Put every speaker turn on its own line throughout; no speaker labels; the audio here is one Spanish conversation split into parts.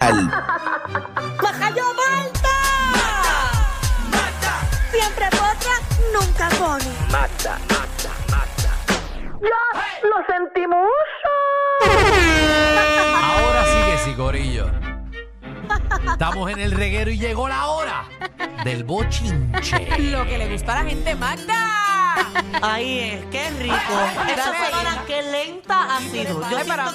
Mal.
¡Bajayo Malta! Siempre potra, nunca pone. ¡Ya lo sentimos!
Ahora sí que sí, Corillo. Estamos en el reguero y llegó la hora del bochinche.
Lo que le gusta a la gente, Magda.
Ay, es que rico. Esa
ay,
semana qué lenta ha sido. Yo
Ay, para
siento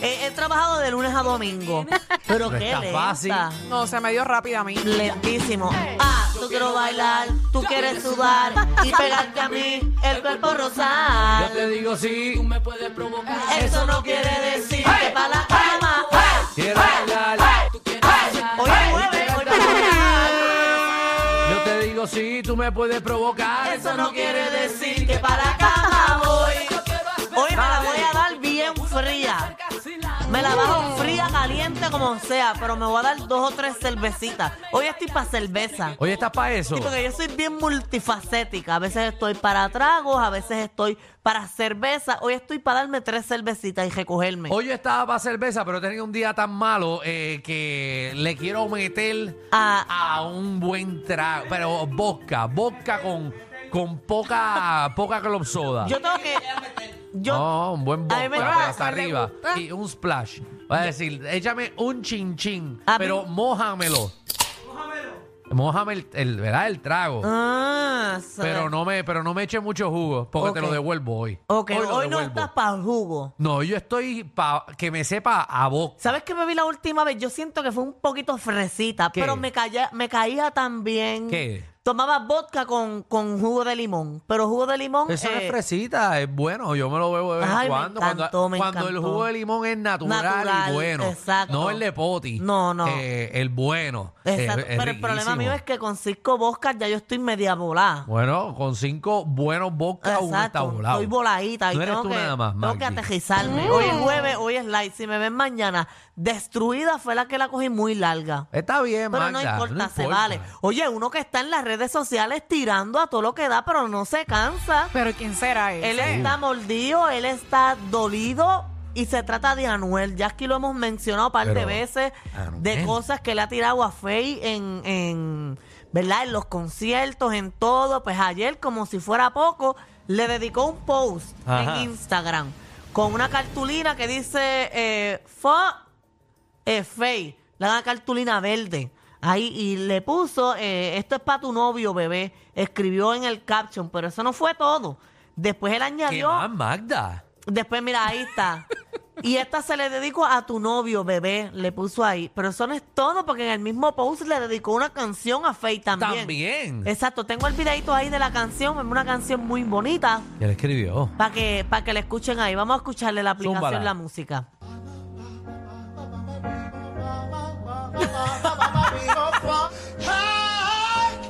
que he, he trabajado de lunes a domingo. Pero
No
qué
está
lenta.
fácil.
No, se me dio rápida a mí.
Lentísimo. Ah, tú quiero bailar, tú quieres sudar y pegarte a mí el cuerpo
Yo
rosal.
te digo sí, tú me puedes provocar.
Eso no quiere decir que para la cama.
Quiero bailar.
Hoy es jueves, hoy vamos a bailar.
Yo te digo sí, tú me puedes provocar.
Eso no quiere decir que para la cama voy. Hoy me la voy a dar bien fría. Me la bajo fría, caliente, como sea, pero me voy a dar dos o tres cervecitas. Hoy estoy para cerveza.
Oye, ¿estás para eso?
Sí, porque yo soy bien multifacética. A veces estoy para tragos, a veces estoy para cerveza. Hoy estoy para darme tres cervecitas y recogerme.
Hoy yo estaba para cerveza, pero he tenido un día tan malo eh, que le quiero meter
Ah.
a un buen trago. Pero vodka, vodka con, con poca, poca club soda.
Yo tengo que. Yo,
No, un buen
A
vodka,
mí me
pero
gusta,
hasta
me
arriba.
gusta.
Y un splash. Va a decir, échame un chin chin,
A mí-
pero mójamelo. Mójamelo. Mójame el, el- ¿verdad? el trago.
Ah, se-
Pero no me, pero no me eche mucho jugo, porque te
Ok.
lo devuelvo hoy.
Ok,
lo
hoy no
devuelvo.
estás para jugo.
No, yo estoy para que me sepa a vodka.
¿Sabes qué bebí la última vez? Yo siento que fue un poquito fresita,
¿Qué?
pero me, calla- me caía también.
¿Qué?
Tomaba vodka con, con jugo de limón, pero jugo de limón...
Eso no
eh,
es fresita, es bueno, yo me lo bebo de vez
Ay,
en
me
cuando.
encantó,
cuando
me
cuando el
encantó.
jugo de limón es natural,
Natural,
y bueno.
exacto.
No el de poti.
No, no.
eh, el bueno. eh,
Exacto,
es
pero el problema
riquísimo.
mío es que con cinco vodka ya yo estoy media volada.
Bueno, con cinco buenos vodka uno está
Exacto,
volado.
estoy voladita. y
No eres
tengo
tú
que,
nada más,
Tengo que
Magdi.
aterrizarme. Hoy es jueves, hoy es light. Si me ven mañana destruida, fue la que la cogí muy larga.
Está bien,
Pero no
Magda,
importa, se vale. Oye, uno que está en las redes sociales tirando a todo lo que da, pero no se cansa.
Pero ¿quién será ese?
Él está mordido, él está dolido y se trata de Anuel. Ya aquí lo hemos mencionado un par de
Pero,
veces
Anuel.
de cosas que le ha tirado a Faye en, en, ¿verdad? En los conciertos, en todo. Pues ayer, como si fuera poco, le dedicó un post
Ajá.
en Instagram con una cartulina que dice eh, "Fuck eh, Faye, le da una cartulina verde. Ahí, y le puso, eh, esto es para tu novio, bebé. Escribió en el caption, pero eso no fue todo. Después él
¿Qué
añadió,
más, Magda?
después mira, ahí está. y esta se le dedicó a tu novio, bebé, le puso ahí. Pero eso no es todo, porque en el mismo post le dedicó una canción a Faye también.
También.
Exacto, tengo el videito ahí de la canción, es una canción muy bonita,
Ya le escribió.
para que, para que la escuchen ahí. Vamos a escucharle la aplicación,
Zúmbala.
la música.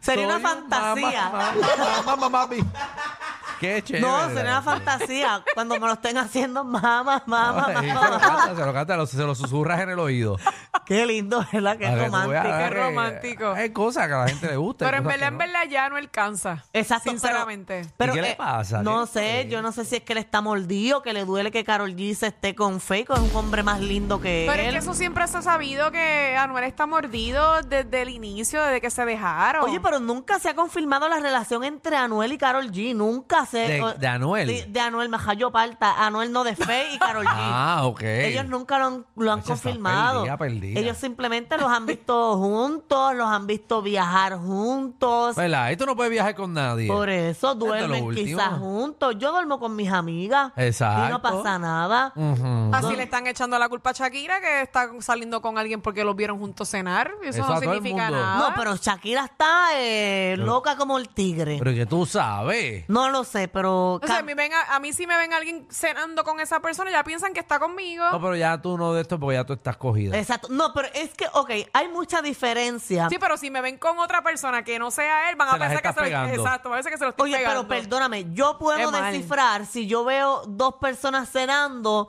Sería una
Soy un
fantasía.
Mamá, mamá, mamá, mami. Qué chévere.
no, sería una fantasía. Cuando me lo estén haciendo, mamá, mamá,
Ay, Se lo
mamá.
canta, se lo canta, lo- se lo susurras en el oído.
Qué lindo, ¿verdad? Qué
Para que tú
romántico.
veas
Qué
que
romántico.
Hay cosas que a la gente le gusta.
Pero
hay
en
cosas
verdad,
que
en verdad ya no alcanza.
Exacto, pero-
Sinceramente.
Pero,
¿Y qué le
eh,
pasa?
No
¿Qué-
sé, yo no sé si es que le está mordido, que le duele que Carol G se esté con Fake, es un hombre más lindo que
Pero es
él.
que eso siempre se ha sabido que Anuel está mordido desde el inicio, desde que se dejaron.
Oye, pero nunca se ha confirmado la relación entre Anuel y Carol G. Nunca se.
De-
o-
de Anuel.
Sí, de Anuel, Majayo Parta. Anuel no de Faye y Carol G.
Ah, ok.
Ellos nunca lo han, lo han
Esa está
confirmado.
perdida, perdida.
Ellos simplemente los han visto juntos, los han visto viajar juntos.
¿Verdad? Esto no puede viajar con nadie.
Por
e-
Esto
eso
es lo
duermen
último.
quizás juntos. Yo duermo con mis amigas. Y
Exacto. Mm.
no pasa nada.
Ujú.
Así le están echando la culpa a Shakira que está saliendo con alguien porque los vieron juntos cenar. Eso,
Eso a
no
todo el
significa
mundo.
nada.
No, pero Shakira está eh, loca como el tigre.
Pero que tú sabes.
no lo sé, pero...
O sea, a
Cam-
mí, ven a, a mí si me ven alguien cenando con esa persona, ya piensan que está conmigo.
No, pero ya tú no de esto porque ya tú estás cogida.
Exacto. No, No, pero es que, ok, hay mucha diferencia.
Sí, pero si me ven con otra persona que no sea él, van a
Se las
pensar que
estás
se lo,
pegando.
exacto, van a pensar que se lo estoy
Oye,
pegando.
pero perdóname, yo puedo
Es mal.
descifrar si yo veo dos personas cenando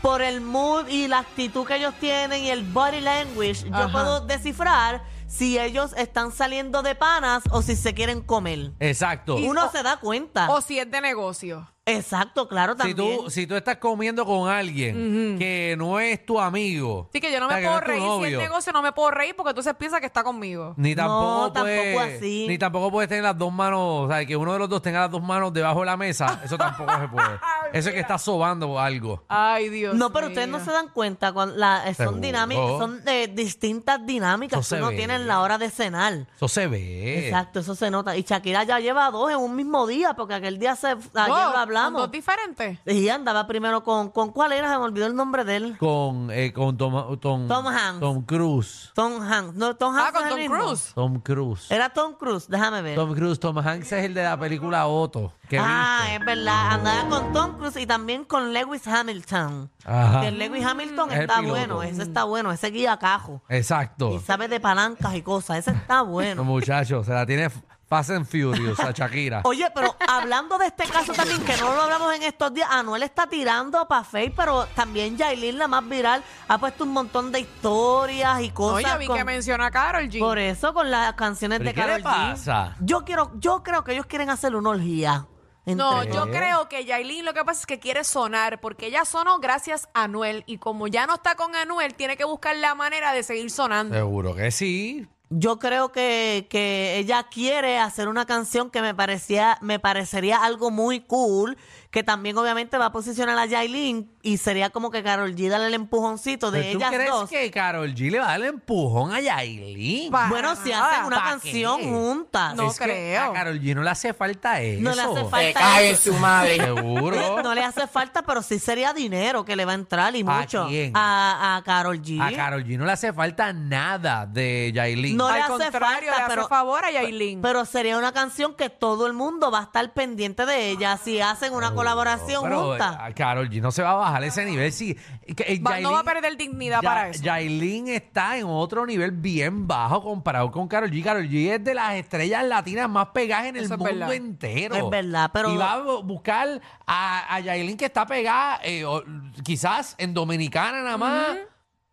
por el mood y la actitud que ellos tienen y el body language, yo
Ajá.
puedo descifrar si ellos están saliendo de panas o si se quieren comer.
Exacto.
Y-
Uno
o-
se da cuenta.
O si es de negocio.
Exacto, claro,
Si
también.
tú, si tú estás comiendo con alguien que no es tu amigo.
Así que yo no
o sea,
me
no
puedo
es tu
reír. Si
novio,
es negocio, no me puedo reír porque entonces piensa que está conmigo.
Ni tampoco,
No, tampoco
puedes-
así.
Ni tampoco puedes tener las dos manos, o sea, que uno de los dos tenga las dos manos debajo de la mesa. Eso tampoco se puede. Eso es que estás sobando algo.
Ay, Dios.
No, pero ustedes no
mío.
se dan cuenta, cuando la- eh, son
Seguro.
dinámicas, son eh, distintas dinámicas
Eso se
que uno
ve.
tiene en la hora de cenar.
Eso se ve.
Exacto, eso se nota. Y Shakira ya lleva dos en un mismo día, porque aquel día se, ayer
Dos,
lo
con
hablamos.
Dos diferentes.
Y andaba primero con, con cuál era, se me olvidó el nombre de él.
Con, eh, con Tom, Tom,
Tom Hanks.
Tom Cruise.
Tom Hanks. No, Tom Hanks
Ah, con
es el
Tom
mismo.
Cruise.
Tom Cruise.
Era Tom Cruise, déjame ver.
Tom Cruise. Tom Hanks es el de la película Otto. Que
ah,
viste.
es verdad. Andaba con Tom Cruise y también con Lewis Hamilton.
Ajá.
Que el Lewis
Ah.
Hamilton
Mm.
Es el
está
piloto.
bueno, ese está bueno, ese guía cajo. Y
Exacto.
sabe de palancas y cosas, ese está bueno.
Muchachos, se la tiene f- Fast and Furious a Shakira.
Oye, pero hablando de este caso también, que no lo hablamos en estos días, Anuel está tirando pa' Faye, pero también Yailin, la más viral, ha puesto un montón de historias y
Oye,
cosas.
vi
con-
que menciona a Carol G.
por eso con las canciones
¿Pero
de
qué le
Karol G.
pasa?
Yo quiero, yo creo que ellos quieren hacer una orgía. entre
No,
ellos.
yo
¿Eh?
creo que Yailin lo que pasa es que quiere sonar, porque ella sonó gracias a Anuel, y como ya no está con Anuel, tiene que buscar la manera de seguir sonando.
Seguro que sí.
Yo creo que, que ella quiere hacer una canción que me parecía, me parecería algo muy cool, que también obviamente va a posicionar a Yailin y sería como que Karol G dale el empujoncito de
¿Pero ¿Tú
ellas
crees
dos.
que Carol G le va a dar el empujón a Yailin? Ah,
Pa-
Bueno, si
nada,
hacen una
¿pa'
canción
qué?
juntas.
No
Es que
creo.
A Carol G no le hace falta eso.
No le hace
Te
falta.
cae en
eso.
su madre.
Seguro.
No le hace falta, pero sí sería dinero que le va a entrar y
¿A
mucho.
quién?
A, a Karol G.
A Carol G no le hace falta nada de Yailin.
No. le
Al
hace
contrario,
falta,
le hace
pero-
favor a Yailin.
Pero sería una canción que todo el mundo va a estar pendiente de ella si hacen una colaboración
Oh, Pero
junta.
eh, Karol G no se va a bajar ese nivel. Sí, que, eh,
Va- no
Yailin-
va a perder dignidad
Ya-
para eso.
Yailin está en otro nivel bien bajo comparado con Carol G. Carol G es de las estrellas latinas más pegadas en el
Eso es
mundo
verdad.
entero.
Es verdad, pero-
eh, Y va a bu- buscar a, a Yailin que está pegada eh, o- quizás en Dominicana nada más.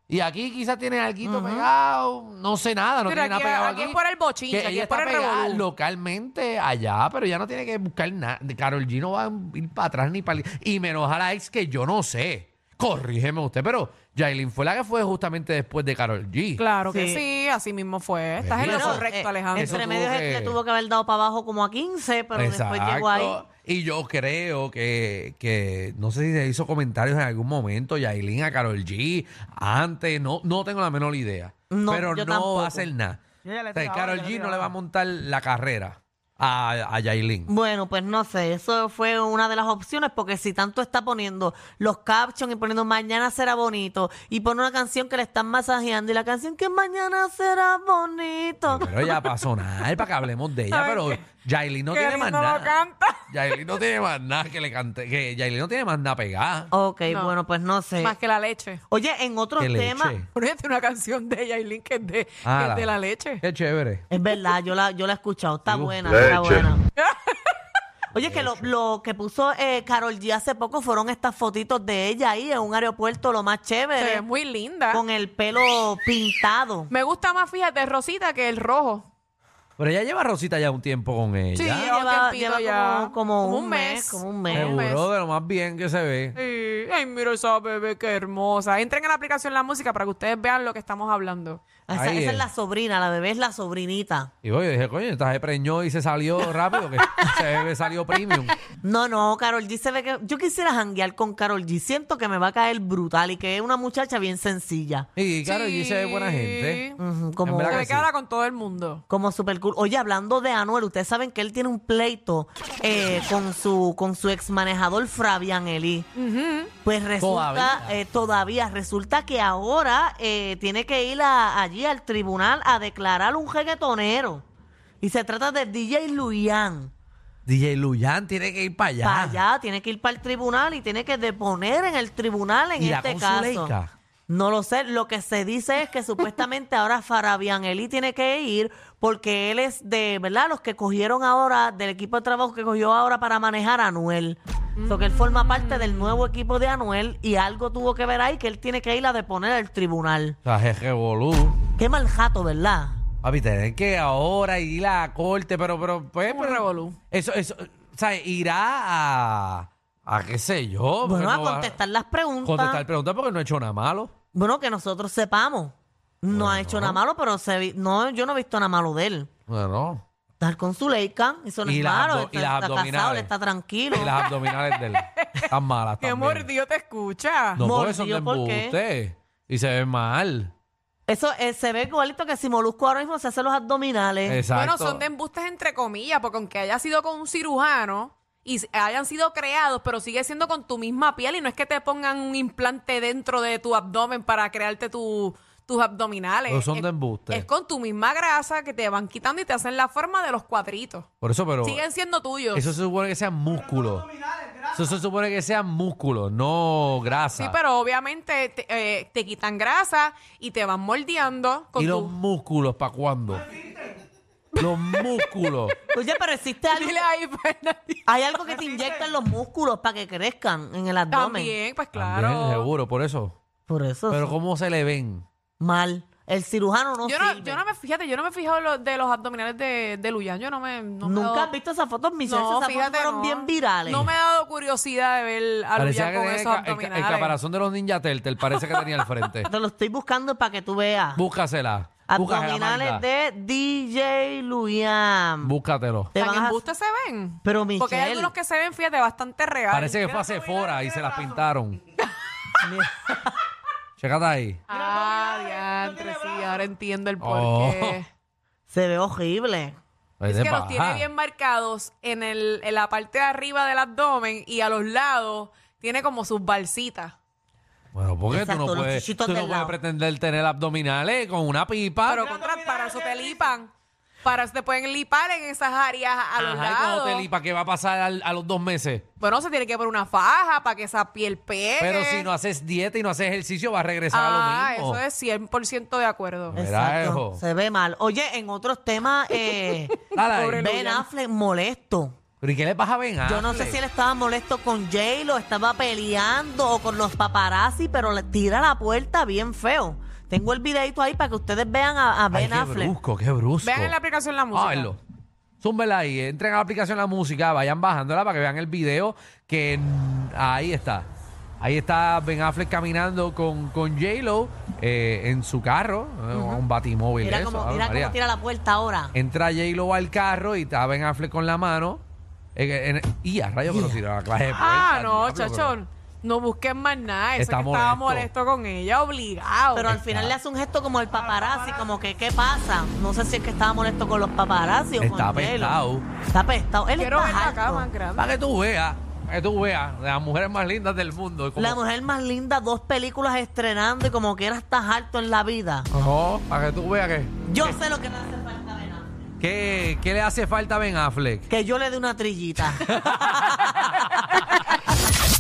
Y aquí quizás tiene algo pegado, no sé nada, no
Pero
tiene nada
aquí-
pegado
aquí
aquí.
es por el bochinche,
Que
aquí
ella
es por
está
el
pegada
revolú.
localmente allá, pero ya no tiene que buscar nada. Carol G no va a ir para atrás ni para Y menos a la ex que yo no sé. Corrígeme usted, pero Jailin fue la que fue justamente después de Carol G.
Claro que
Sí.
sí, así mismo fue. Estás en
Pero,
lo
Bueno,
correcto,
eh,
Alejandro.
eso
Entre
tuvo
medios es
que-
que tuvo que haber dado para abajo como a 15, pero después llegó ahí.
Exacto. Y yo creo que, que, no sé si se hizo comentarios en algún momento, Yailin a Carol G, antes, no, no tengo la menor idea.
No,
pero
yo
no
tampoco.
va a hacer nada.
Yo ya le
O sea,
tiro ahora,
Karol
yo le
G
tiro
no le va a
ahora.
montar la carrera a, a Yailin.
Bueno, pues no sé, eso fue una de las opciones porque si tanto está poniendo los captions y poniendo mañana será bonito y pone una canción que le están masajeando y la canción que mañana será bonito.
Pero ya pasó nada, para que hablemos de ella,
Ay,
pero
que-
Yailin no
que
tiene
Yailin
más
no lo
nada.
canta.
Yailin no tiene más nada que le cante, que Yailin no tiene más nada pegada.
Ok,
No.
bueno, pues no sé.
Más que la leche.
Oye, en otros
Que leche.
temas,
Ponete una canción de Yailin que es de,
Ah,
que es de la leche.
Qué chévere.
es verdad, yo la, yo la he escuchado, está
Sí,
buena,
leche.
está buena. Oye, que lo, lo que puso eh, Carol G hace poco fueron estas fotitos de ella ahí en un aeropuerto, lo más
Se
chévere,
ve muy linda.
con el pelo pintado.
Me gusta más, fíjate, Rosita que el rojo.
Pero ella lleva a Rosita ya un tiempo con ella.
Sí,
Ya
lleva un
lleva-
tiempito
lleva
ya.
como- como un mes, como un mes.
Como un
Seguro
mes.
de lo más bien que se ve.
Sí. Ay, mira esa bebé, qué hermosa. Entren en la aplicación La Música para que ustedes vean lo que estamos hablando.
Esa,
Ahí
esa
es.
es la sobrina, la bebé es la sobrinita.
Y voy, yo dije, coño, esta se preñó y se salió rápido, que se salió premium.
No, no, Carol G se ve que. Yo quisiera janguear con Carol G. Siento que me va a caer brutal y que es una muchacha bien sencilla.
Y claro, allí se ve buena gente.
Ujú,
En
como,
verdad
Se
que
ve
sí.
que habla con todo el mundo.
como super cool. Oye, hablando de Anuel, ustedes saben que él tiene un pleito eh, con su con su ex manejador Fabián Eli. Pues resulta,
Todavía.
eh, todavía, resulta que ahora eh, tiene que ir a- allí al tribunal a declarar un reggaetonero. Y se trata de DJ Luyan.
DJ Luyan tiene que ir para allá.
para allá, tiene que ir para el tribunal y tiene que deponer en el tribunal en
Irá
este
con
caso.
Zuleika.
No lo sé. Lo que se dice es que supuestamente ahora Farabian Eli tiene que ir porque él es de, ¿verdad? Los que cogieron ahora, del equipo de trabajo que cogió ahora para manejar a Anuel. porque que él forma parte del nuevo equipo de Anuel y algo tuvo que ver ahí que él tiene que ir a deponer al tribunal.
O sea, jeje, boludo.
Qué mal jato, ¿verdad?
Papi, tienen que ahora ir a la corte, pero, pero, pues,
Un
pero-
revolú.
Eso, eso, o sea, irá a, a qué sé yo. porque
Bueno, a
no va-
contestar las preguntas.
Contestar preguntas porque no he hecho nada malo.
Bueno, que nosotros sepamos. No ha hecho nada malo, pero se vi- no, yo no he visto nada malo de él.
Bueno.
Estar con su Leica, eso no
Y
es
las
malo.
abdo-
está,
y las
está casado,
abdominales.
él está tranquilo.
Y las abdominales de él. Están malas
Qué
también.
mordido te escucha.
No, porque son de
Mordido, ¿por qué?
embuste. Y se ven mal.
Eso eh, se ve igualito que si Molusco ahora mismo se hace los abdominales.
Exacto.
Eh, Bueno, son de em- embustes entre comillas, porque aunque haya sido con un cirujano y s- hayan sido creados, pero sigue siendo con tu misma piel y no es que te pongan un implante dentro de tu abdomen para crearte tu- tus abdominales.
Pero son
es,
de embuste.
es con tu misma grasa que te van quitando y te hacen la forma de los cuadritos.
Por eso, pero.
Siguen siendo tuyos.
Eso se supone que sean músculos. Eso se supone que sean músculos, no grasa.
sí, pero obviamente te, eh, te quitan grasa y te van moldeando con
¿Y los
tu...
músculos para cuándo? Los músculos.
Oye, pero existe algo.
Dile ahí, Fernandito.
Hay algo que te inyectan los músculos para que crezcan en el abdomen.
También, pues claro.
También, seguro, por eso.
Por eso
Pero
sí,
¿cómo se le ven?
mal. El cirujano no
yo no,
sirve.
yo no me fíjate, yo no me he fijado lo- de los abdominales de, de Luyan. Yo no me. No me he
Nunca
dado-
has visto esas fotos, mis
No,
esas
fíjate,
fotos fueron
no.
bien virales.
No me ha dado curiosidad de ver a
Parecía
Luyan
que
con
tenía el,
esos
ca- el ca- el
abdominales.
caparazón de los ninja Turtle. Parece que tenía al frente.
Te lo estoy buscando para que tú veas.
Búscasela. Búscasela,
Abdominales
Magda.
de DJ Luyan.
Búscatelo.
Te
Tan
vas a-
embustes se ven.
Pero
Porque hay
Michelle.
algunos que se ven, fíjate, bastante reales.
Parece que fue a Sephora y se las pintaron. Chécate ahí.
Ah,
eh,
diantre, sí, ahora entiendo el
Oh.
porqué.
Se ve horrible.
Es
de
que los tiene
baja.
bien marcados en, el, en la parte de arriba del abdomen y a los lados tiene como sus balsitas.
Bueno, porque
Exacto,
tú no
los
puedes,
chichitos
tú no
del
puedes
lado.
pretender tener abdominales con una
Ah,
pipa.
Pero contra, para eso te lipan. Para eso te pueden lipar en esas áreas a los
Ajá, y cuando te
lados.
lipa, ¿qué va a pasar al- a los dos meses?
Bueno, se tiene que poner una faja para que esa piel pegue.
Pero si no haces dieta y no haces ejercicio, vas a regresar
eh. Ah,
a lo mismo.
eso es 100% de acuerdo.
Mira,
Exacto.
hijo.
Se ve mal. Oye, en otros temas, eh,
Dale ahí.
Pobre
Ben
Luyan.
Affleck molesto.
¿Pero y qué le vas a ver?
ah. Yo no sé si él estaba molesto con Jay, lo estaba peleando o con los paparazzi, pero le tira la puerta bien feo. Tengo el videito ahí para que ustedes vean a, a
Ay,
Ben
qué
Affleck.
brusco, qué brusco.
Vean en la aplicación la música.
Háganlo. Zúmbela ahí, entren a la aplicación la música, vayan bajándola para que vean el video que en- ahí está. Ahí está Ben Affleck caminando con, con J-Lo eh, en su carro, eh, un batimóvil.
Mira
eso,
cómo,
Ave
mira
María.
cómo tira la puerta ahora.
Entra J-Lo al carro y está Ben Affleck con la mano. en- en- y a rayo, pero tiró la clase de
Ah,
puerta,
no,
diablo, pero-
chachón. No busquen más nada. Eso
Está
que estaba
molesto.
molesto con ella, obligado.
Pero al final le hace un gesto como el paparazzi, como que ¿qué pasa? No sé si es que estaba molesto con los paparazzi o
Está
con J-Lo.
apestado.
Está apestado. Él
Quiero
está
ver la
alto.
cama grande.
Para que tú veas, para que tú veas, de las mujeres más lindas del mundo. como-
La mujer más linda, dos películas estrenando y como quiera estás alto en la vida.
No, para que tú veas que,
Yo sé lo que me hace falta Ben Affleck.
que, que le hace falta a Ben Affleck.
Que yo le dé una trillita.